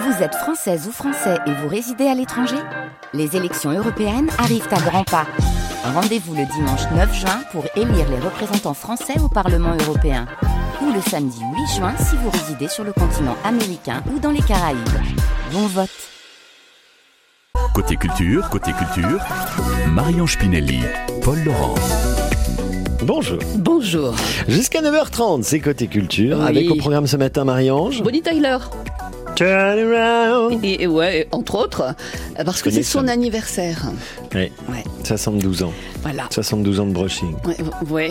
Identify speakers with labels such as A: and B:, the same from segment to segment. A: Vous êtes française ou français et vous résidez à l'étranger Les élections européennes arrivent à grands pas. Rendez-vous le dimanche 9 juin pour élire les représentants français au Parlement européen. Ou le samedi 8 juin si vous résidez sur le continent américain ou dans les Caraïbes. Bon vote
B: Côté culture, côté culture, Marion Spinelli, Paul Laurent.
C: Bonjour.
D: Bonjour.
C: Jusqu'à 9h30, c'est Côté Culture.
D: Oui.
C: Avec au programme ce matin Marie-Ange.
D: Bonnie Tyler.
C: Turn around.
D: Et, et ouais, et entre autres, euh, parce que
C: connais
D: c'est
C: ça.
D: son anniversaire.
C: Oui,
D: Ouais,
C: 72 ans.
D: voilà.
C: 72 ans de brushing.
D: Ouais, ouais.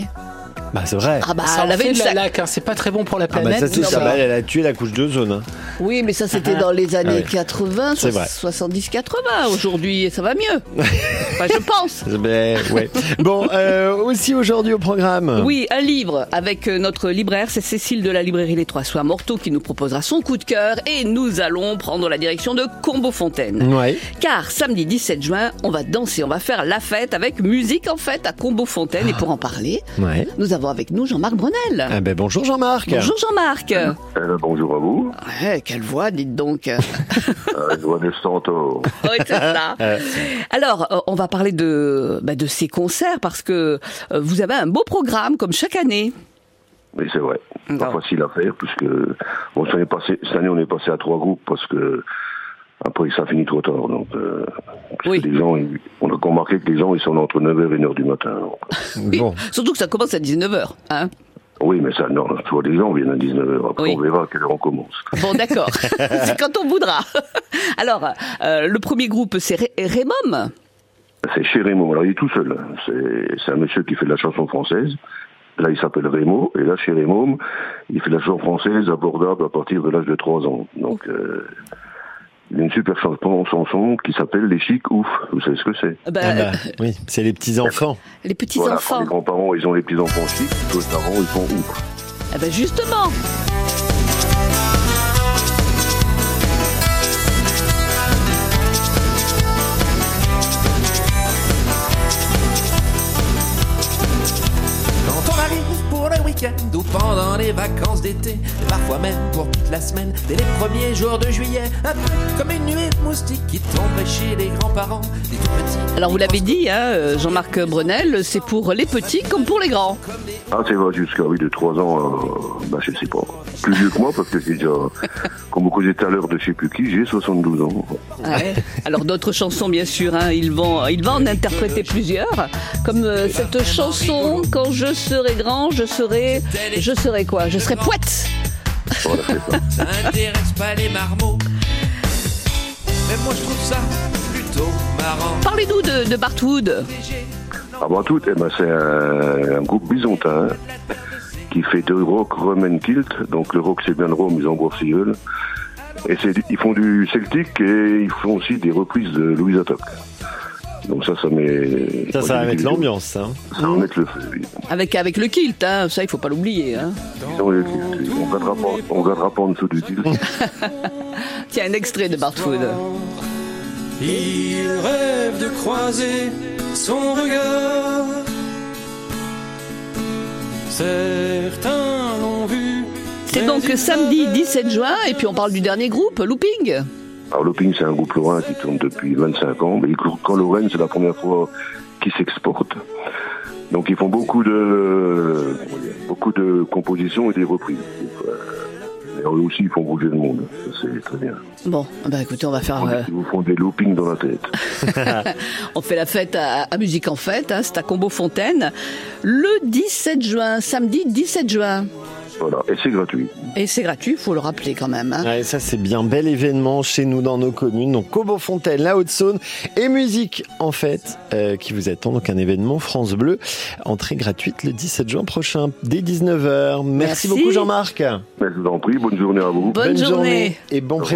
C: Bah, c'est vrai.
D: Ah bah,
E: ça
D: elle
E: en
D: avait
E: fait
D: une
E: de la
D: sac-
E: laque, hein, c'est pas très bon pour la
C: Ah bah
E: planète.
C: ça c'est
D: non,
C: ça,
D: mais-
C: Bah, elle a tué la couche d'ozone. Hein.
D: Oui, mais ça c'était dans les
C: Ah
D: années
C: ouais.
D: 80,
C: C'est vrai.
D: 70-80. Aujourd'hui, ça va mieux. Enfin, je pense.
C: Ben, ouais. bon, euh, aussi aujourd'hui au programme.
D: Oui, un livre avec euh, notre libraire, c'est Cécile de la librairie Les Trois Soirs Morteaux qui nous proposera son coup de cœur et nous allons prendre la direction de Combeaufontaine.
C: Ouais.
D: Car samedi 17 juin, on va danser, on va faire la fête avec musique en fête à Combeaufontaine et pour en parler,
C: Ouais.
D: nous avons avec nous Jean-Marc Brunel.
C: Ah ben bonjour Jean-Marc.
D: Bonjour Jean-Marc.
F: Euh, bonjour à vous.
D: Ouais, quelle voix, dites donc.
F: Euh, Johannes Santo.
D: Ouais, c'est ça. Alors, euh, on va parler de, bah, de ces concerts parce que euh, vous avez un beau programme comme chaque année.
F: Oui, c'est vrai. Pas
D: Non.
F: facile à faire puisque bon, ça est passé, cette année on est passé à trois groupes parce que après ça finit trop tard. Donc euh, parce
D: Oui.
F: que les gens, ils- on a remarqué que les gens ils sont entre 9h et 1h du matin. donc.
D: Oui,
C: Bon.
D: Surtout que ça commence à 19h. Hein
F: Oui, mais ça, non, soit les gens viennent à 19h, après
D: Oui.
F: on verra à quelle heure on commence.
D: bon, d'accord. c'est quand on voudra. Alors, euh, le premier groupe, c'est Ré- Bah, Rémum.
F: C'est chez Raymond. Alors il est tout seul. C'est- C'est un monsieur qui fait de la chanson française. Là, il s'appelle Raymond. Et là, chez Raymond, il fait de la chanson française abordable à partir de l'âge de 3 ans. Donc, euh, il a une super chanson, chanson qui s'appelle Les Chics Ouf. Vous savez ce que c'est
D: Bah,
C: Ah bah,
D: euh,
C: oui, c'est les petits enfants.
D: les petits
F: Voilà, quand
D: enfants.
F: les grands-parents, ils ont les petits-enfants chics. Tous les parents, ils font ouf.
D: Ah bah, justement.
G: Quand on arrive pour le week-end ou pendant les vacances d'été, et parfois même pour toute la semaine, dès les premiers jours de juillet, un peu comme une nuée de moustiques qui tomberait chez les grands-parents, des tout petits.
D: Alors, vous l'avez dit, hein, euh, Jean-Marc Brunel, c'est pour les petits comme pour les grands.
F: Ah, c'est vrai, jusqu'à oui, de 3 ans, euh, bah, je sais pas. Plus vieux que moi, parce que j'ai déjà, comme vous causez tout à l'heure de je sais plus qui, j'ai 72 ans.
D: Ouais. Alors d'autres chansons bien sûr, hein, il, va, il va en interpréter plusieurs, comme euh, cette chanson quand je serai grand, je serai, je serai quoi Je serai poète.
F: Voilà, c'est ça.
G: Ça intéresse pas les marmots. Mais moi je trouve ça plutôt marrant.
D: Parlez-nous de, de Bartwood.
F: Avant tout, eh ben, c'est un, un groupe byzantin hein, qui fait de rock, rum and kilt. Donc le rock, c'est bien le rhum, ils en boivent s'ils veulent. Et c'est, ils font du celtique et ils font aussi des reprises de Louisa Toc. Donc ça, ça met...
C: Ça, ça va mettre l'ambiance. Hein.
F: Ça va mettre le feu. oui.
D: Avec, avec le kilt, hein, ça il faut pas l'oublier. hein.
F: Ils ont le kilt, oui. On gardera pas, on gardera pas en dessous du titre.
D: Tiens, un extrait de Bartwood.
G: Il rêve de croiser son regard. Certains l'ont vu.
D: C'est donc samedi 17 juin et puis on parle du dernier groupe, Looping.
F: Alors Looping, c'est un groupe lorrain qui tourne depuis 25 ans. Mais ils courent qu'en Lorraine, c'est la première fois qu'ils s'exportent. Donc ils font beaucoup de beaucoup de compositions et des reprises. Euh, Et eux aussi, ils font bouger le monde. Ça, C'est très bien.
D: Bon, bah écoutez, on va faire, euh,
F: Ils vous font des loopings dans la tête.
D: on fait la fête à, à musique en fête, hein, c'est à Combo Fontaine, le 17 juin, samedi 17 juin.
F: Voilà. Et c'est gratuit.
D: Et c'est gratuit, faut le rappeler quand même. hein.
C: Ouais, Ah, ça, c'est bien. Bel événement chez nous dans nos communes. Donc, Cobot-Fontaine, la Haute-Saône et musique, en fait, euh, qui vous attend. Donc, un événement France Bleu. Entrée gratuite le 17 juin prochain, dès 19h. Merci,
D: Merci.
C: beaucoup, Jean-Marc.
F: Mais je vous en prie, bonne journée à vous.
D: Bonne journée.
C: Et bon